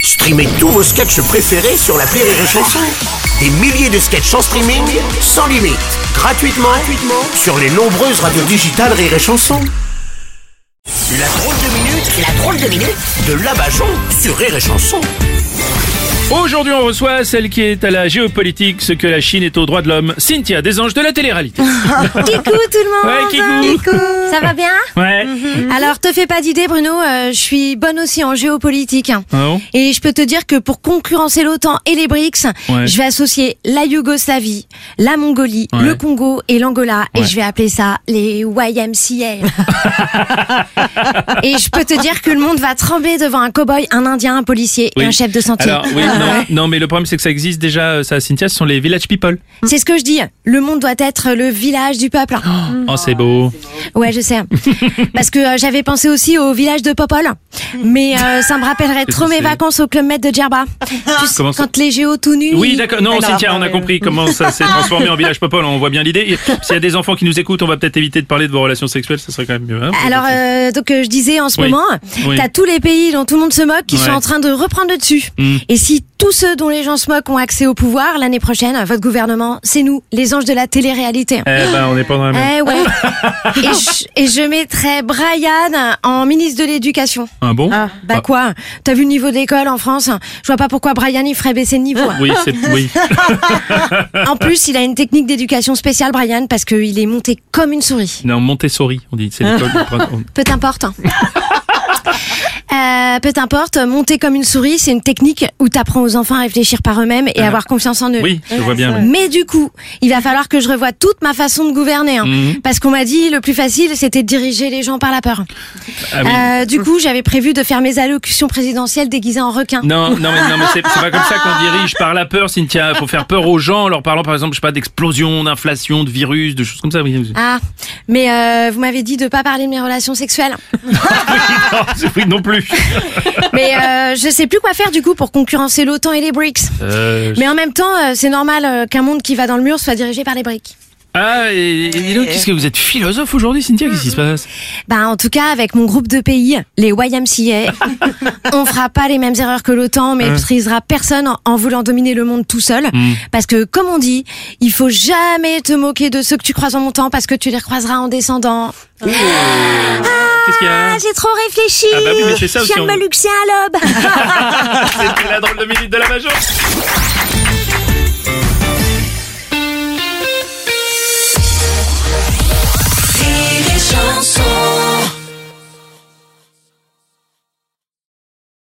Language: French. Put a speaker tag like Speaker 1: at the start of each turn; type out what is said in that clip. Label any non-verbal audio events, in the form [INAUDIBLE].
Speaker 1: Streamez tous vos sketchs préférés sur la Rire et Chanson. Des milliers de sketchs en streaming, sans limite, gratuitement, gratuitement sur les nombreuses radios digitales Rire et Chanson. La drôle de minute, la drôle de minute de Labajon sur Rire et Chanson.
Speaker 2: Aujourd'hui, on reçoit celle qui est à la géopolitique, ce que la Chine est aux droits de l'homme, Cynthia des anges de la télé-réalité.
Speaker 3: Kikou tout le monde
Speaker 2: Ouais, Kikou.
Speaker 3: Ça va bien
Speaker 2: Ouais.
Speaker 3: Mhm. Alors te fais pas d'idée Bruno, euh, je suis bonne aussi en géopolitique. hein.
Speaker 2: Ah bon
Speaker 3: et je peux te dire que pour concurrencer l'OTAN et les BRICS,
Speaker 2: Ouais.
Speaker 3: je vais associer la Yougoslavie, la Mongolie,
Speaker 2: Ouais.
Speaker 3: le Congo et l'Angola
Speaker 2: Ouais.
Speaker 3: et je vais appeler ça
Speaker 2: [LAUGHS]
Speaker 3: les YMCA. et je peux te dire que le monde va trembler devant un cowboy, un indien, un policier
Speaker 2: Oui.
Speaker 3: et un chef de sentier. Ah,
Speaker 2: Alors, oui, non, non, mais le problème, c'est que ça existe déjà, euh, ça, Cynthia, ce sont les village people.
Speaker 3: C'est ce que je dis, le monde doit être le village du peuple.
Speaker 2: Oh, c'est beau.
Speaker 3: Ouais,
Speaker 2: [LAUGHS]
Speaker 3: je sais. Parce que euh, j'avais pensé aussi au village de Popol, mais euh, ça me rappellerait
Speaker 2: Qu'est-ce
Speaker 3: trop
Speaker 2: que
Speaker 3: mes
Speaker 2: c'est
Speaker 3: vacances au club maître de Djerba. Tu sais,
Speaker 2: Comment ça
Speaker 3: Ah, quand euh, les géos tout nus.
Speaker 2: Oui,
Speaker 3: ils-
Speaker 2: d'accord. Non, Cynthia, on a compris comment ça
Speaker 3: [LAUGHS]
Speaker 2: s'est transformé en village people. On voit bien l'idée. S'il y a des enfants qui nous écoutent, on va peut-être éviter de parler de vos relations sexuelles. Ça serait quand même mieux. hein.
Speaker 3: Alors, euh, donc euh, je disais en ce
Speaker 2: Oui.
Speaker 3: moment,
Speaker 2: Oui.
Speaker 3: t'as tous les pays dont tout le monde se moque qui
Speaker 2: Ouais.
Speaker 3: sont en train de reprendre le dessus.
Speaker 2: Mm.
Speaker 3: Et si tous ceux dont les gens se moquent ont accès au pouvoir l'année prochaine, votre gouvernement, c'est nous, les anges de la télé-réalité.
Speaker 2: Eh ben, on est pas dans la même.
Speaker 3: Eh ouais. et, je, et je mettrais Brian en ministre de l'éducation.
Speaker 2: Ah bon
Speaker 3: Bah quoi T'as vu le niveau de l'école en France Je vois pas pourquoi Brian il ferait baisser le niveau. hein.
Speaker 2: Oui, c'est. Oui.
Speaker 3: En plus, il a une technique d'éducation spéciale, Brian, parce qu'il est monté comme une souris.
Speaker 2: Non, Montessori, on dit. C'est l'école du
Speaker 3: [LAUGHS]
Speaker 2: printemps.
Speaker 3: Peu importe.
Speaker 2: [LAUGHS]
Speaker 3: Euh, peu importe, monter comme une souris, c'est une technique où t'apprends aux enfants à réfléchir par eux-mêmes et avoir confiance en eux.
Speaker 2: Ah.
Speaker 3: Euh,
Speaker 2: Oui, je vois bien. oui.
Speaker 3: Mais du coup, il va falloir que je revoie toute ma façon de gouverner. hein.
Speaker 2: Mhm.
Speaker 3: Parce qu'on m'a dit, le plus facile, c'était de diriger les gens par la peur.
Speaker 2: Ah oui.
Speaker 3: Euh, du coup, j'avais prévu de faire mes allocutions présidentielles déguisées en requin.
Speaker 2: Non, non, mais, non, mais c'est c'est pas comme ça qu'on dirige par la peur, Cynthia. Faut faire peur aux gens en leur parlant, par exemple, je sais pas, d'explosion, d'inflation, de virus, de choses comme ça. Oui,
Speaker 3: [LAUGHS]
Speaker 2: oui.
Speaker 3: Ah, mais euh, vous m'avez dit de pas parler de mes relations sexuelles.
Speaker 2: Non, c'est- oui, non plus.
Speaker 3: Mais euh, je sais plus quoi faire du coup pour concurrencer l'OTAN et les BRICS.
Speaker 2: Euh,
Speaker 3: Mais en même temps, euh, c'est normal euh, qu'un monde qui va dans le mur soit dirigé par les briques.
Speaker 2: Ah, et, et dis
Speaker 3: Eh.
Speaker 2: donc, qu'est-ce que vous êtes philosophe aujourd'hui, Cynthia Qu'est-ce qui se passe
Speaker 3: Bah, en tout cas, avec mon groupe de pays,
Speaker 2: [LAUGHS]
Speaker 3: les YMCA, on fera pas les mêmes erreurs que l'OTAN, on méprisera personne en, en voulant dominer le monde tout seul.
Speaker 2: Mm.
Speaker 3: Parce que, comme on dit, il faut jamais te moquer de ceux que tu croises en montant parce que tu les croiseras en descendant.
Speaker 2: Qu'est-ce qu'il y a
Speaker 3: Ah, j'ai trop réfléchi
Speaker 2: Ah bah oui, mais c'est ça aussi,
Speaker 3: J'aime
Speaker 2: on- [LAUGHS]
Speaker 3: me luxer à l'aube
Speaker 2: C'était la drôle de minute de la major.